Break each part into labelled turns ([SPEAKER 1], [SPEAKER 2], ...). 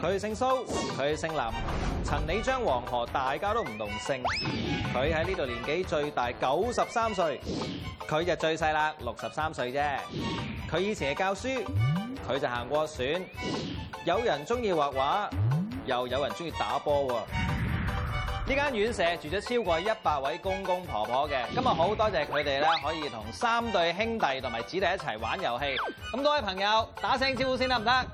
[SPEAKER 1] 佢姓蘇，佢姓林，陳李張黃何大家都唔同姓。佢喺呢度年紀最大九十三歲，佢就最細啦，六十三歲啫。佢以前係教書，佢就行過選。有人中意畫畫，又有人中意打波喎。呢間院舍住咗超過一百位公公婆婆嘅，今日好多謝佢哋啦，可以同三對兄弟同埋子弟一齊玩遊戲。咁多位朋友打聲招呼先得唔得？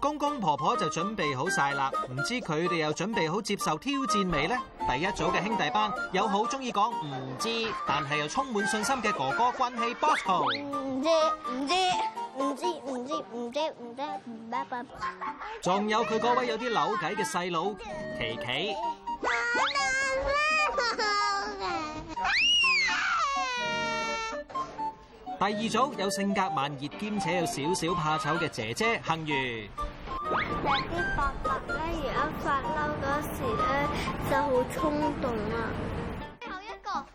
[SPEAKER 1] 公公婆婆就準備好晒啦，唔知佢哋又準備好接受挑戰未呢？第一組嘅兄弟班有好中意講唔知，但係又充滿信心嘅哥哥軍氣 Bosco。
[SPEAKER 2] 唔知唔知唔知唔知唔知唔知唔得爸爸。
[SPEAKER 1] 仲有佢嗰位有啲扭計嘅細佬琪琪，第二組有性格慢熱兼且有少少怕醜嘅姐姐幸如，
[SPEAKER 2] 有啲伯伯咧，而家發嬲嗰時咧就好衝動啊！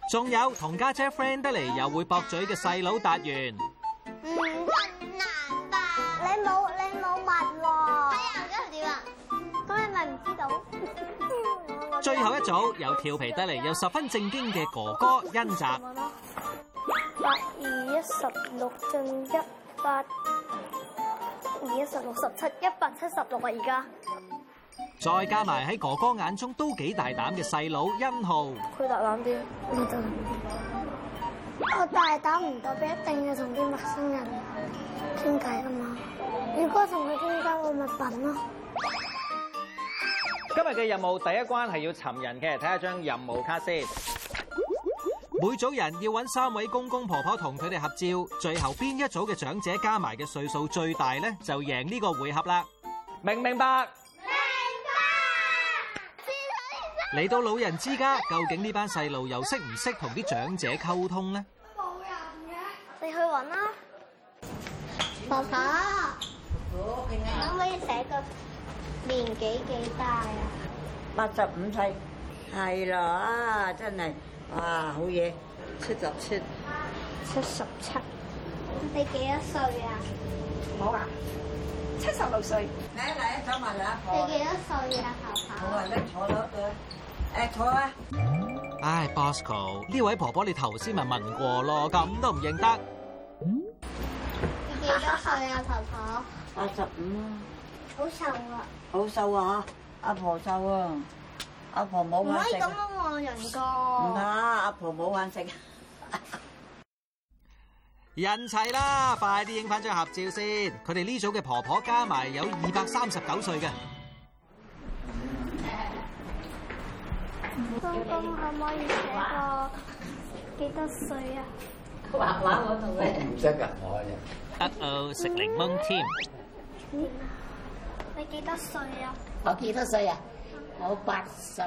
[SPEAKER 2] 最後一
[SPEAKER 1] 仲
[SPEAKER 2] 個
[SPEAKER 1] 有同家姐 friend 得嚟又會駁嘴嘅細佬達源。
[SPEAKER 2] 唔困難吧？你冇你冇問喎。係啊，咁又點啊？咁你咪唔知道。
[SPEAKER 1] 最後一組有調皮得嚟又十分正經嘅哥哥恩澤，
[SPEAKER 2] 八二一十六進一八二一十六十七一百七十六啊！而家
[SPEAKER 1] 再加埋喺哥哥眼中都幾大膽嘅細佬恩浩。
[SPEAKER 2] 佢大膽啲，我大膽啲。我大膽唔代表一定要同啲陌生人傾偈噶嘛。如果同佢傾偈，我咪笨咯。
[SPEAKER 1] 今日嘅任務第一關係要尋人嘅，睇下張任務卡先。每組人要揾三位公公婆婆同佢哋合照，最後邊一組嘅長者加埋嘅歲數最大呢，就贏呢個回合啦。明唔明白？嚟到老人之家，究竟呢班細路又識唔識同啲長者溝通呢？
[SPEAKER 2] 你去揾啦，爸爸。可唔可以寫個年紀幾大啊？
[SPEAKER 3] 八十五歲，係啦，啊真係，哇，好嘢！七十七，
[SPEAKER 2] 七十七。你幾多歲啊？
[SPEAKER 3] 我啊，七十六歲。嚟嚟，走埋嚟阿
[SPEAKER 2] 你
[SPEAKER 3] 婆，
[SPEAKER 2] 幾多歲啊，爸
[SPEAKER 3] 我
[SPEAKER 2] 爸？
[SPEAKER 3] 話你坐落去，誒坐啊！
[SPEAKER 1] 唉，Bosco 呢位婆婆，你頭先咪問過咯，咁都唔認得。
[SPEAKER 2] 你幾多歲啊，婆婆？
[SPEAKER 3] 八十五啊，
[SPEAKER 2] 好瘦啊！
[SPEAKER 3] 好瘦啊阿婆瘦啊，阿婆冇
[SPEAKER 2] 唔
[SPEAKER 3] 眼
[SPEAKER 2] 可以
[SPEAKER 3] 食
[SPEAKER 2] 咁
[SPEAKER 3] 啊，
[SPEAKER 2] 樣望人
[SPEAKER 3] 唔怕，
[SPEAKER 2] 噶。
[SPEAKER 3] 阿婆冇眼食。
[SPEAKER 1] 人齊啦，快啲影翻張合照先。佢哋呢組嘅婆婆加埋有二百三十九歲嘅。
[SPEAKER 2] 公公可唔可以寫個幾多歲啊？
[SPEAKER 4] 唔識㗎，我係人
[SPEAKER 1] 呃哦，食檸檬添。
[SPEAKER 2] 你幾多歲啊？
[SPEAKER 5] 我幾多歲啊？我八十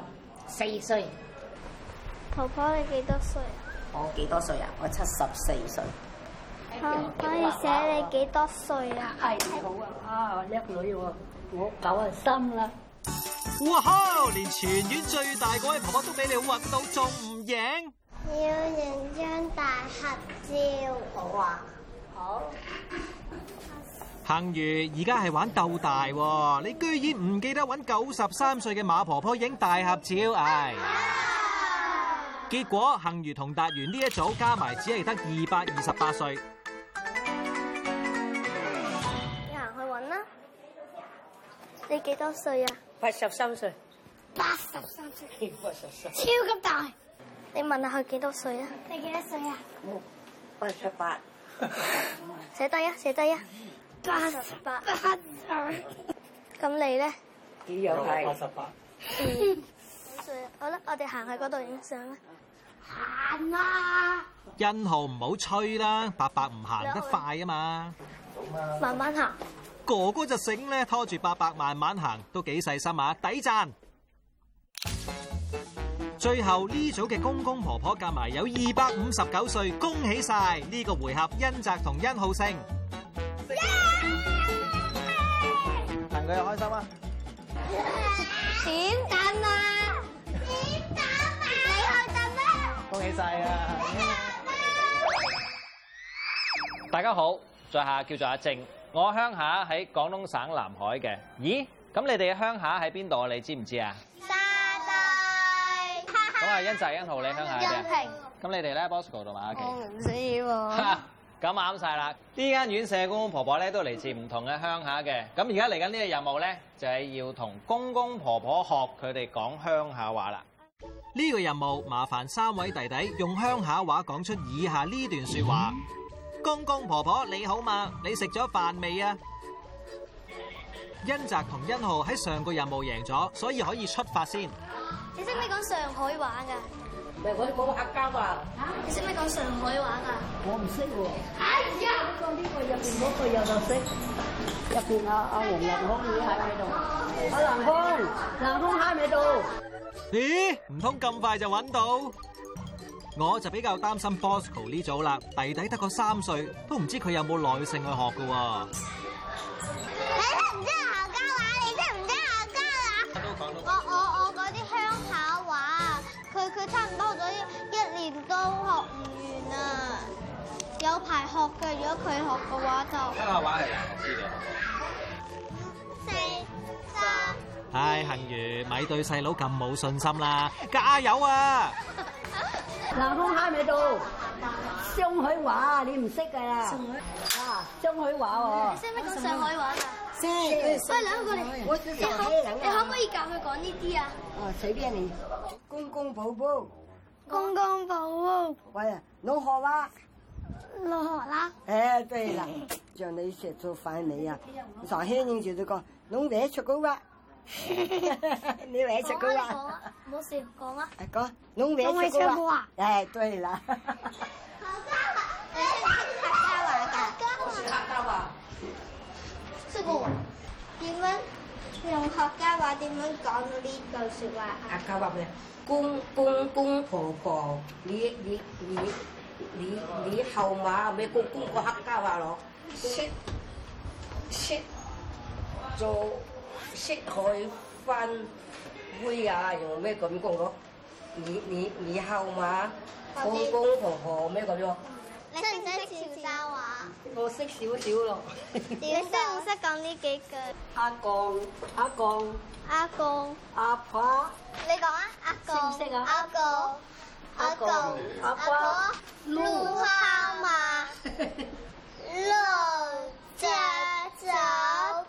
[SPEAKER 5] 四歲。
[SPEAKER 2] 婆婆你幾多歲啊？
[SPEAKER 5] 我幾多歲啊？我七十四歲。
[SPEAKER 2] 可唔可以寫你幾多歲啊？
[SPEAKER 5] 係好啊！啊，叻女喎！我九啊三 啦。
[SPEAKER 1] 哇吼！連全院最大嗰位婆婆都俾你揾到，仲唔贏？
[SPEAKER 2] 要影張大合照。好啊。
[SPEAKER 1] 幸如而家係玩鬥大喎，你居然唔記得揾九十三歲嘅馬婆婆影大合照，唉！結果幸如同達源呢一組加埋只係得二百二十八歲。
[SPEAKER 2] 你行去揾啦。你幾多歲啊？
[SPEAKER 5] 八十三歲。
[SPEAKER 2] 八十三歲，
[SPEAKER 5] 八十三。
[SPEAKER 2] 超級大。你問下佢幾多歲啊？你幾多歲啊？
[SPEAKER 3] 八十八，
[SPEAKER 2] 寫低啊，寫低啊。八十八。八十。咁你咧？
[SPEAKER 3] 你又係
[SPEAKER 2] 好啦，我哋行去嗰度影相啦。行啦，
[SPEAKER 1] 殷浩唔好吹啦，伯伯唔行得快啊嘛。
[SPEAKER 2] 慢慢行。
[SPEAKER 1] 哥哥就醒咧，拖住伯伯慢慢行，都幾細心啊，抵讚。最後呢組嘅公公婆婆夾埋有二百五十九歲，恭喜晒！呢、個回合，恩澤同殷浩勝。戥佢開心啊！
[SPEAKER 2] 點等啊？點等啊？你去等咩？
[SPEAKER 1] 恭喜晒啊！大家好，在下叫做阿正，我鄉下喺廣東省南海嘅。咦，咁你哋嘅鄉下喺邊度啊？你知唔知啊？
[SPEAKER 2] 沙地，
[SPEAKER 1] 咁啊，欣澤、欣豪，你鄉下喺邊啊？
[SPEAKER 2] 平，
[SPEAKER 1] 咁你哋咧，Bosco 同埋阿琪。
[SPEAKER 2] 我唔知喎。
[SPEAKER 1] 哈咁啱晒啦！呢間院舍公公婆婆咧都嚟自唔同嘅鄉下嘅，咁而家嚟緊呢個任務咧就係要同公公婆婆學佢哋講鄉下話啦。呢個任務麻煩三位弟弟用鄉下話講出以下呢段説話：公公婆婆你好嘛？你食咗飯未啊？恩澤同恩浩喺上個任務贏咗，所以可以出發先。
[SPEAKER 2] 你識唔識講上海話㗎？
[SPEAKER 3] 咪我講客家話，
[SPEAKER 2] 你識唔識講上海話㗎？
[SPEAKER 3] 我唔識喎。
[SPEAKER 2] 哎呀！
[SPEAKER 3] 不過呢個入邊嗰個又就識，入邊阿阿黃仁康魚喺咪度？阿南康，南康喺咪度？
[SPEAKER 1] 咦？唔通咁快就揾到？我就比較擔心 Bosco 呢組啦，弟弟得個三歲，都唔知佢有冇耐性去學噶喎。
[SPEAKER 2] 你識唔識客家話？你識唔識客家話？
[SPEAKER 1] 都講
[SPEAKER 2] 我我我嗰啲鄉下話，佢佢差唔多咗一一年都學唔完啊！有排學嘅，如果佢學嘅話就
[SPEAKER 1] 鄉下話係難學啲嘅。
[SPEAKER 2] 四三。
[SPEAKER 1] 唉，幸如咪對細佬咁冇信心啦，加油啊！
[SPEAKER 5] 南通蝦味道，張許華你唔識㗎啦，啊張許華
[SPEAKER 2] 你識唔識講上海話㗎？
[SPEAKER 3] 識，佢
[SPEAKER 2] 喂，兩個你，
[SPEAKER 3] 我
[SPEAKER 2] 你
[SPEAKER 3] 識
[SPEAKER 2] 可
[SPEAKER 3] 上海人啊
[SPEAKER 2] 你可唔可以教佢講呢啲啊？
[SPEAKER 3] 哦，隨便你。公公婆婆，
[SPEAKER 2] 公公婆
[SPEAKER 3] 喂，侬好啊？
[SPEAKER 2] 落學啦，
[SPEAKER 3] 哎，對 啦，叫你食咗飯未啊？上海人就是講，侬來吃過啊？ 你來吃過
[SPEAKER 2] 講
[SPEAKER 3] 啊？
[SPEAKER 2] 啊，冇事講啊。
[SPEAKER 3] 啊，講侬來吃
[SPEAKER 2] 侬來吃
[SPEAKER 3] 過
[SPEAKER 2] 過
[SPEAKER 3] 啊
[SPEAKER 2] 啊？
[SPEAKER 3] 哎，對 啦。
[SPEAKER 2] 客家話，你識唔識客家話㗎？我識客家話。識喎。點樣用客家話點樣講到呢句説話啊？
[SPEAKER 3] 阿家話咩？公公公婆婆，你你你你你後媽咪公公個客家話咯。識識做識去分會啊，用咩咁講咯？你你你後媽公公婆婆咩咁樣？
[SPEAKER 2] 你識唔識潮州話？
[SPEAKER 5] 我識少少咯。
[SPEAKER 2] 你識唔識講呢幾句？
[SPEAKER 5] 阿公、阿公、
[SPEAKER 2] 阿公，
[SPEAKER 5] 阿婆，
[SPEAKER 2] 你講啊！阿公，
[SPEAKER 5] 識唔識啊
[SPEAKER 2] 阿公，阿公，
[SPEAKER 5] 阿婆
[SPEAKER 2] 路好嗎？路着走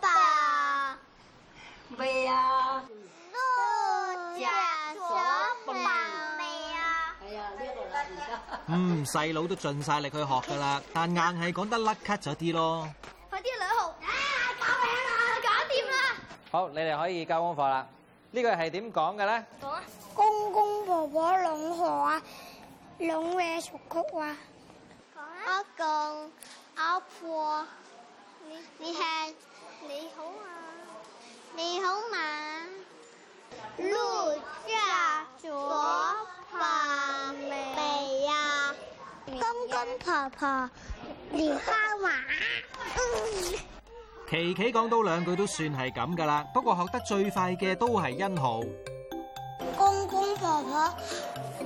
[SPEAKER 2] 吧，
[SPEAKER 5] 未啊？
[SPEAKER 2] 路着走吧，未啊？
[SPEAKER 5] 係啊，呢個啦而家。
[SPEAKER 1] 嗯，細佬都盡晒力去學噶啦，但硬係講得甩咳咗啲咯。
[SPEAKER 2] 快啲兩號，啊，搞掂啦，搞掂啦！
[SPEAKER 1] 好，你哋可以交功課啦。呢個係點講嘅咧？
[SPEAKER 2] 講啊！公公婆婆攏河啊，攏嘅熟曲啊。講啊！阿公阿婆，你你係你好啊，你好嘛？路家左把未呀？公公婆婆聊下話。
[SPEAKER 1] 琪琪講到兩句都算係咁噶啦，不過學得最快嘅都係欣豪。
[SPEAKER 2] 公公婆婆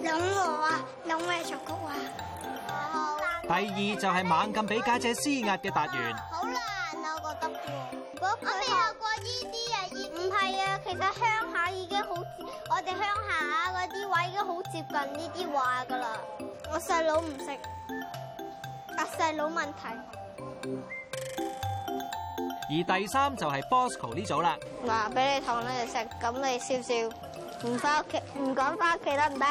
[SPEAKER 2] 攏河啊，攏嘅熟曲啊。
[SPEAKER 1] 第二就係猛咁俾家姐施壓嘅達源。
[SPEAKER 2] 好難啊，我覺得喎。我未學過呢啲啊，唔係啊，其實鄉下已經好接，我哋鄉下嗰啲話已經好接近呢啲話噶啦。我細佬唔識，阿細佬問題。
[SPEAKER 1] 而第三就係 Bosco 呢組啦。
[SPEAKER 2] 嗱，俾你糖你哋食，咁你笑笑，唔翻屋企，唔講翻屋企得唔得？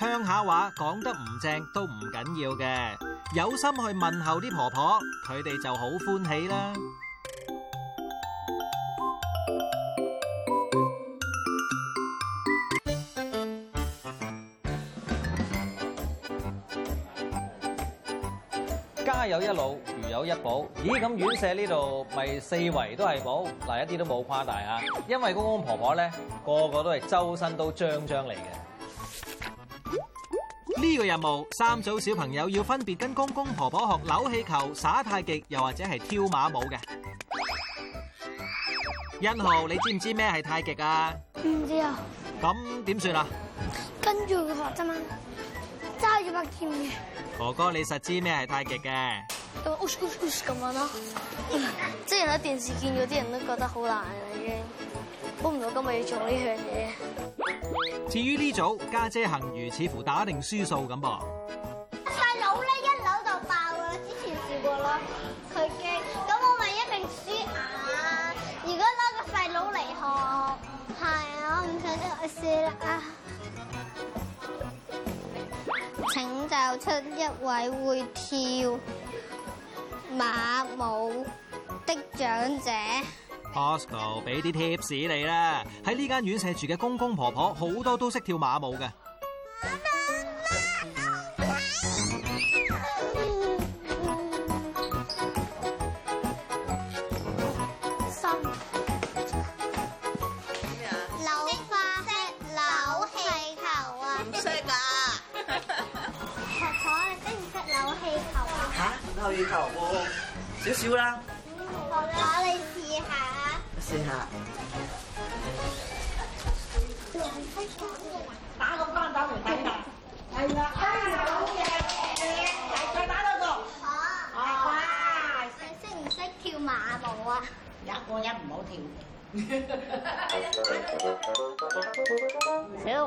[SPEAKER 1] 鄉下話講得唔正都唔緊要嘅，有心去問候啲婆婆，佢哋就好歡喜啦。家有一老，如有一寶。咦，咁院舍呢度咪四圍都係寶，嗱一啲都冇誇大啊！因為公公婆婆咧個個都係周身都張張嚟嘅。呢個任務，三組小朋友要分別跟公公婆婆學扭氣球、耍太極，又或者係跳馬舞嘅。欣豪，你知唔知咩係太極啊？
[SPEAKER 2] Ừ, à. 唔知啊，
[SPEAKER 1] 咁點算啊？
[SPEAKER 2] 跟住佢學啫嘛。揸住把劍嘅，
[SPEAKER 1] 哥哥你實知咩係太極嘅？
[SPEAKER 2] 咁 ush ush ush 咁 樣咯。之前喺電視見嗰啲人都覺得好難啦已經，估唔到今日要做呢樣嘢。
[SPEAKER 1] 至於呢組家姐恒如似乎打定輸數咁噃。
[SPEAKER 2] 細佬咧一扭就爆啦，之前試過啦，佢驚，咁我咪一定輸硬。如果攞個細佬嚟學，係啊，我唔想再試啦。請就出一位會跳馬舞的長者。
[SPEAKER 1] Costco 俾啲 tips 你啦，喺呢間院舍住嘅公公婆婆好多都識跳馬舞嘅。
[SPEAKER 2] 心扭花式扭氣球啊！唔識㗎，婆婆你識唔識扭氣球啊？
[SPEAKER 4] 嚇，我要求我少少啦，
[SPEAKER 2] 嗯好啦，你試下。
[SPEAKER 4] 試下。
[SPEAKER 2] 哦，你識唔識跳馬舞啊？
[SPEAKER 6] 小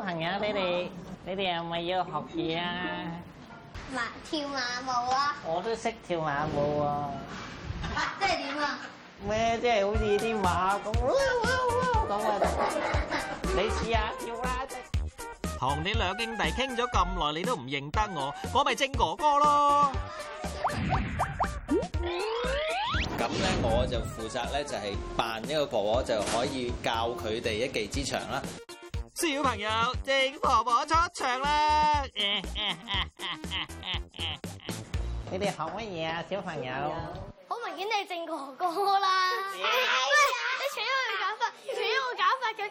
[SPEAKER 6] 朋友，你哋你哋係咪要學嘢啊？
[SPEAKER 2] 馬跳馬舞啊？
[SPEAKER 6] 我都識跳馬舞喎、
[SPEAKER 2] 即係點啊？
[SPEAKER 6] 咩即係好似啲馬咁哇哇哇咁啊！你試下跳啦！
[SPEAKER 1] 同你兩兄弟傾咗咁耐，你都唔認得我，我咪正哥哥咯。咁咧，我就負責咧就係扮一個婆婆，就可以教佢哋一技之長啦。小朋友，正婆婆出場啦！
[SPEAKER 6] 你哋學乜嘢啊，小朋友？
[SPEAKER 2] 好明顯你係正哥哥 啦，哎喂，你除咗佢假髮，除咗我假髮嘅，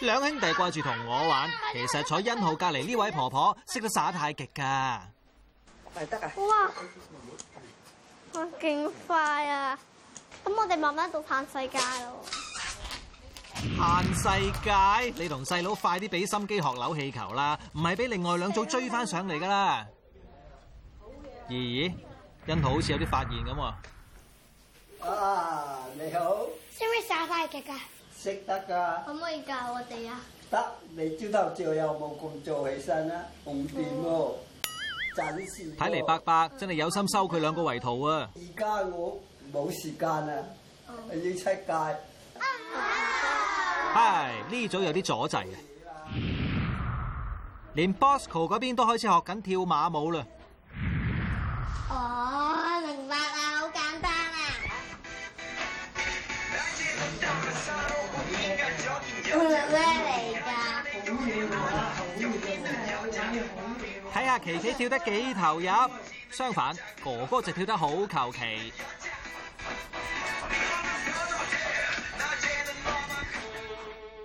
[SPEAKER 1] 兩兄弟掛住同我玩，其實坐欣浩隔離呢位婆婆識得耍太極㗎。
[SPEAKER 2] 哇，哇勁快啊！咁我哋慢慢到嘆世界咯。
[SPEAKER 1] 限世界，你同細佬快啲俾心機學扭氣球啦，唔係俾另外兩組追翻上嚟噶啦。咦咦，欣豪好似有啲發現咁喎。
[SPEAKER 7] À,
[SPEAKER 4] 啊，你好，
[SPEAKER 2] 識唔識耍太極㗎？
[SPEAKER 4] 識得
[SPEAKER 7] à,
[SPEAKER 4] 㗎，
[SPEAKER 2] 可唔可以教我哋啊？
[SPEAKER 4] 得你朝頭早有冇咁早起身啊？五點喎，準時喎。
[SPEAKER 1] 睇嚟伯伯真係有心收佢兩個為徒啊！
[SPEAKER 4] 而家我冇時間啊，我要出街。
[SPEAKER 1] 唉，呢組有啲阻滯啊！連 Bosco 嗰邊都開始學緊跳馬舞啦。
[SPEAKER 2] 哦，明白啦，好簡單啊！咩嚟㗎？
[SPEAKER 1] 睇下琪琪跳得幾投入，相反哥哥就跳得好求其。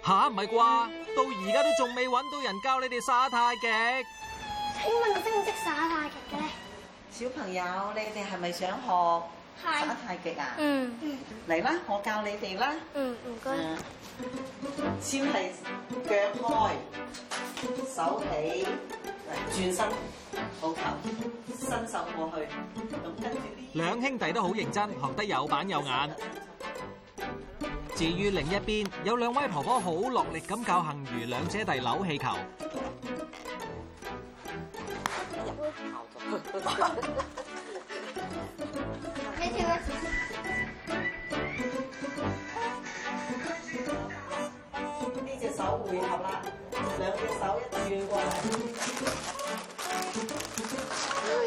[SPEAKER 1] 吓，唔係啩？到而家都仲未揾到人教你哋耍太極。
[SPEAKER 2] 請問你識唔識耍太極嘅咧？
[SPEAKER 8] 小朋友，你哋係咪想學耍太極啊？
[SPEAKER 2] 嗯
[SPEAKER 8] 嚟啦，我教你哋啦。
[SPEAKER 2] 嗯，唔該。
[SPEAKER 8] 嗯先係腳開，手起，轉身，好球，伸手過去，咁跟住呢？
[SPEAKER 1] 兩兄弟都好認真，學得有板有眼。至於另一邊，有兩位婆婆好落力咁教幸如兩姐弟扭氣球。
[SPEAKER 2] 你跳一次。
[SPEAKER 8] 呢隻手回合啦，兩隻手一轉過嚟。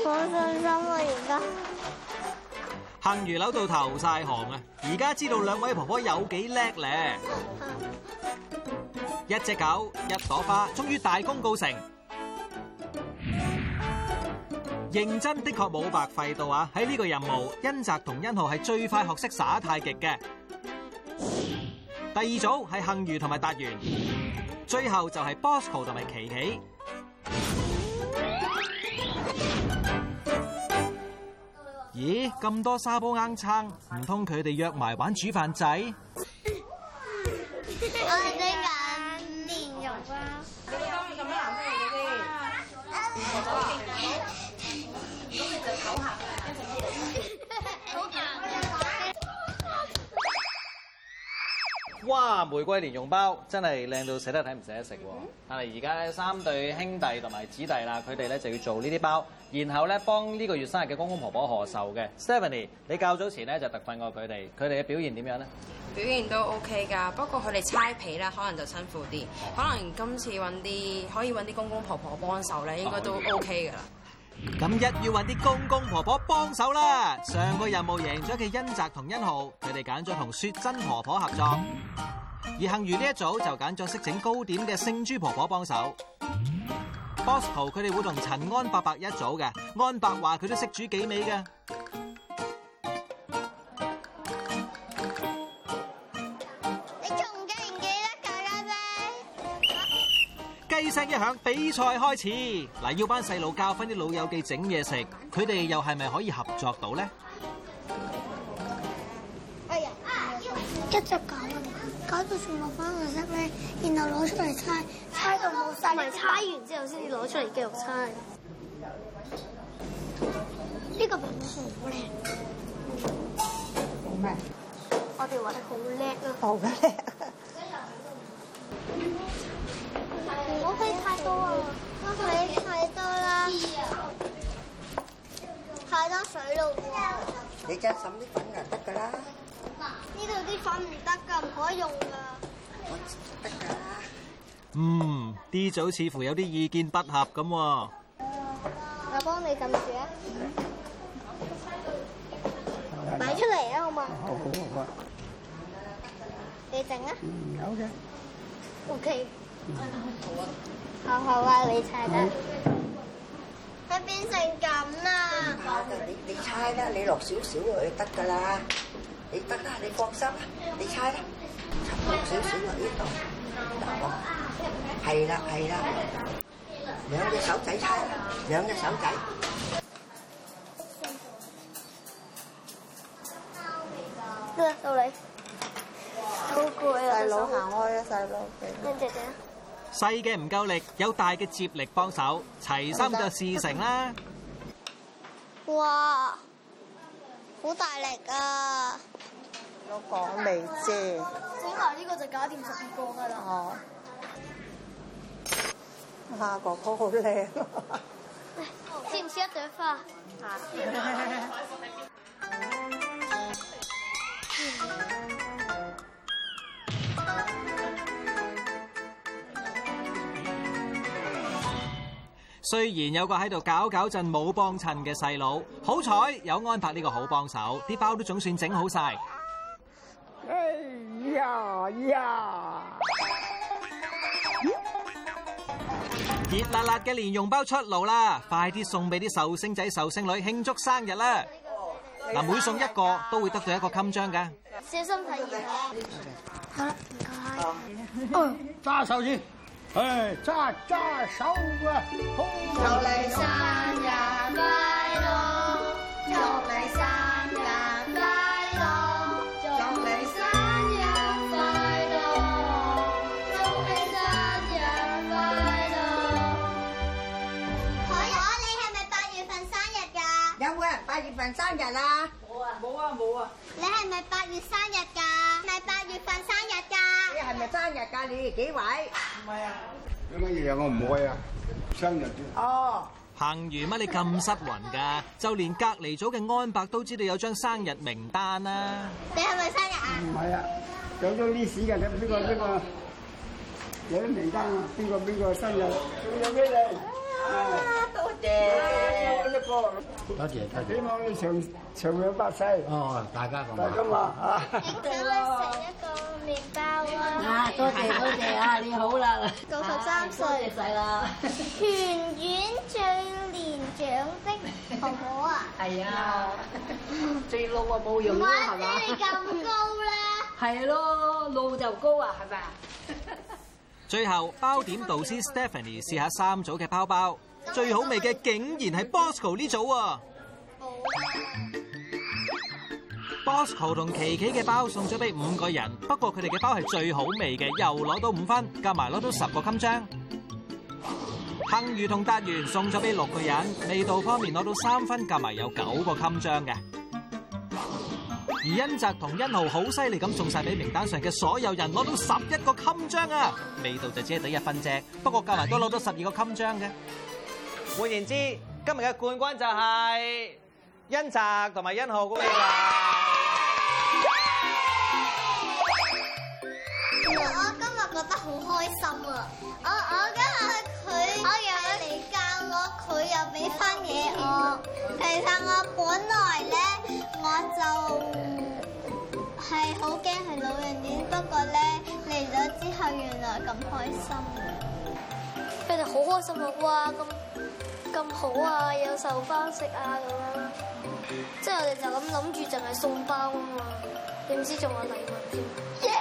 [SPEAKER 2] 冇信心啊！而家
[SPEAKER 1] 幸如扭到頭晒汗啊！而家知道兩位婆婆有幾叻咧。一隻狗，一朵花，終於大功告成。認真的確冇白費到啊！喺呢個任務，恩澤同恩浩係最快學識耍太極嘅。第二組係幸如同埋達源，最後就係 Bosco 同埋琪琪。咦，咁多沙煲罌撐，唔通佢哋約埋玩煮飯仔？
[SPEAKER 2] 我哋最緊練肉啦。你
[SPEAKER 1] 哇！玫瑰蓮蓉包真係靚到捨得睇唔捨得食喎。但係而家咧三對兄弟同埋姊弟啦，佢哋咧就要做呢啲包，然後咧幫呢個月生日嘅公公婆婆賀壽嘅。Stephanie，你較早前咧就特訓過佢哋，佢哋嘅表現點樣咧？
[SPEAKER 9] 表現都 OK 㗎，不過佢哋猜皮啦，可能就辛苦啲。可能今次揾啲可以揾啲公公婆婆幫手咧，應該都 OK 㗎啦。
[SPEAKER 1] 咁一要揾啲公公婆婆幫手啦。上個任務贏咗嘅恩澤同恩浩，佢哋揀咗同雪珍婆婆合作，而幸如呢一組就揀咗識整糕點嘅聖珠婆婆幫手。Bosco 佢哋會同陳安伯伯一組嘅，安伯話佢都識煮幾味嘅。
[SPEAKER 2] 你仲記唔記得佢嘅咩？
[SPEAKER 1] 雞聲一響，比賽開始。嗱，要班細路教翻啲老友記整嘢食，佢哋又係咪可以合作到呢？
[SPEAKER 2] 哎呀，一隻狗啊嘛，搞到全部翻嚟識咩？然後攞出嚟猜，猜到冇晒。咪猜完之後先至攞出嚟繼續猜。呢個蘋果好靚，
[SPEAKER 3] 好咩？
[SPEAKER 2] 我哋話好叻啊！
[SPEAKER 3] 好嘅。
[SPEAKER 2] 唔好睇太多啊！我睇太多啦，太多水咯喎！
[SPEAKER 3] 你將滲啲粉就得㗎啦，
[SPEAKER 2] 呢度啲粉唔得㗎，唔可以用㗎。
[SPEAKER 3] 我得㗎啦。
[SPEAKER 1] 嗯，D 組似乎有啲意見不合咁喎。
[SPEAKER 2] 我幫你撳住啊！擺出嚟啊，好嘛？
[SPEAKER 4] 好好好啊，
[SPEAKER 2] 你整啊
[SPEAKER 4] 嗯，OK，
[SPEAKER 2] ，OK。好 Ờ, 好啊，你猜得。佢變成咁啦！
[SPEAKER 3] 啊，你你猜啦，你落少少落去得㗎啦，你得啦，你放心啦，你猜啦，落少少落呢度，得喎，係啦係啦，兩隻手仔猜啦，兩隻手仔，
[SPEAKER 2] 呢個到你。好攰啊！
[SPEAKER 3] 行開啊細佬，
[SPEAKER 2] 你姐姐。
[SPEAKER 1] 細嘅唔夠力，有大嘅接力幫手，齊心就事成啦。
[SPEAKER 2] 哇，好大力啊！
[SPEAKER 3] 我講未啫，
[SPEAKER 2] 整埋呢個就搞掂十二個噶啦。
[SPEAKER 3] 哦，啊哥哥好靚，
[SPEAKER 2] 似唔似一朵花？
[SPEAKER 1] 雖然有個喺度搞搞震冇幫襯嘅細佬，好彩有安排呢個好幫手，啲包都總算整好晒。
[SPEAKER 5] 哎呀呀！
[SPEAKER 1] 熱辣辣嘅蓮蓉包出爐啦，快啲送俾啲壽星仔、壽星女慶祝生日啦！嗱，每送一個都會得到一個襟章㗎。
[SPEAKER 2] 小心睇熱啊！好啦，唔該。
[SPEAKER 4] 揸手先，唉，揸揸手啊，好啊。
[SPEAKER 2] 海螺，你係咪八月份生日㗎？
[SPEAKER 3] 有冇人八月份生日啊？
[SPEAKER 2] 你係咪八月生日㗎？係咪八月份生日㗎？
[SPEAKER 3] 你係咪生日㗎？你哋幾位？
[SPEAKER 7] 乜嘢我唔開啊？生日啫。
[SPEAKER 3] 哦，
[SPEAKER 1] 彭如乜你咁失魂㗎？就連隔離組嘅安伯都知道有張生日名單啦。
[SPEAKER 2] 你係咪生日啊？
[SPEAKER 7] 唔係啊，有咗呢史嘅，邊個邊個有啲名單啊？邊個邊個生日？仲有咩嚟？啊
[SPEAKER 3] 多謝。
[SPEAKER 7] 多謝多謝。希望你長長命百世。哦，大家咁。大家嘛啊！
[SPEAKER 2] 你想唔想食一個麵包啊
[SPEAKER 5] 啊，？多謝多謝啊，你好啦，
[SPEAKER 2] 到十三歲
[SPEAKER 5] 多謝晒 啦，
[SPEAKER 2] 全院最年長的婆婆啊！
[SPEAKER 5] 係啊，最老啊冇用
[SPEAKER 2] 唔
[SPEAKER 5] 咯，
[SPEAKER 2] 怪
[SPEAKER 5] 係
[SPEAKER 2] 得你
[SPEAKER 5] 嘛？
[SPEAKER 2] 咁高啦！
[SPEAKER 5] 係咯，老就高啊，係咪啊？
[SPEAKER 1] 最後包點導師 Stephanie 試下三組嘅包包，最好味嘅竟然係 Bosco 呢組喎。Bosco 同琪琪嘅包送咗俾五個人，不過佢哋嘅包係最好味嘅，又攞到五分，夾埋攞到十個襟章。杏魚同達源送咗俾六個人，味道方面攞到三分，夾埋有九個襟章嘅。而恩澤同恩豪好犀利咁送晒俾名單上嘅所有人，攞到十一個襟章啊！味道就只係得一分啫，不過夾埋都攞到十二個襟章嘅。換言之，今日嘅冠軍就係恩澤同埋恩豪，恭喜
[SPEAKER 2] 我今日覺得好開心啊！哦我我今日佢我又嚟教我，佢又俾翻嘢我。其實我本來咧我就係好驚去老人院，不過咧嚟咗之後原來咁開心。佢哋好開心啊！哇，咁咁好啊，有壽包食啊咁樣。即係我哋就咁諗住淨係送包啊嘛，點知仲有禮物添。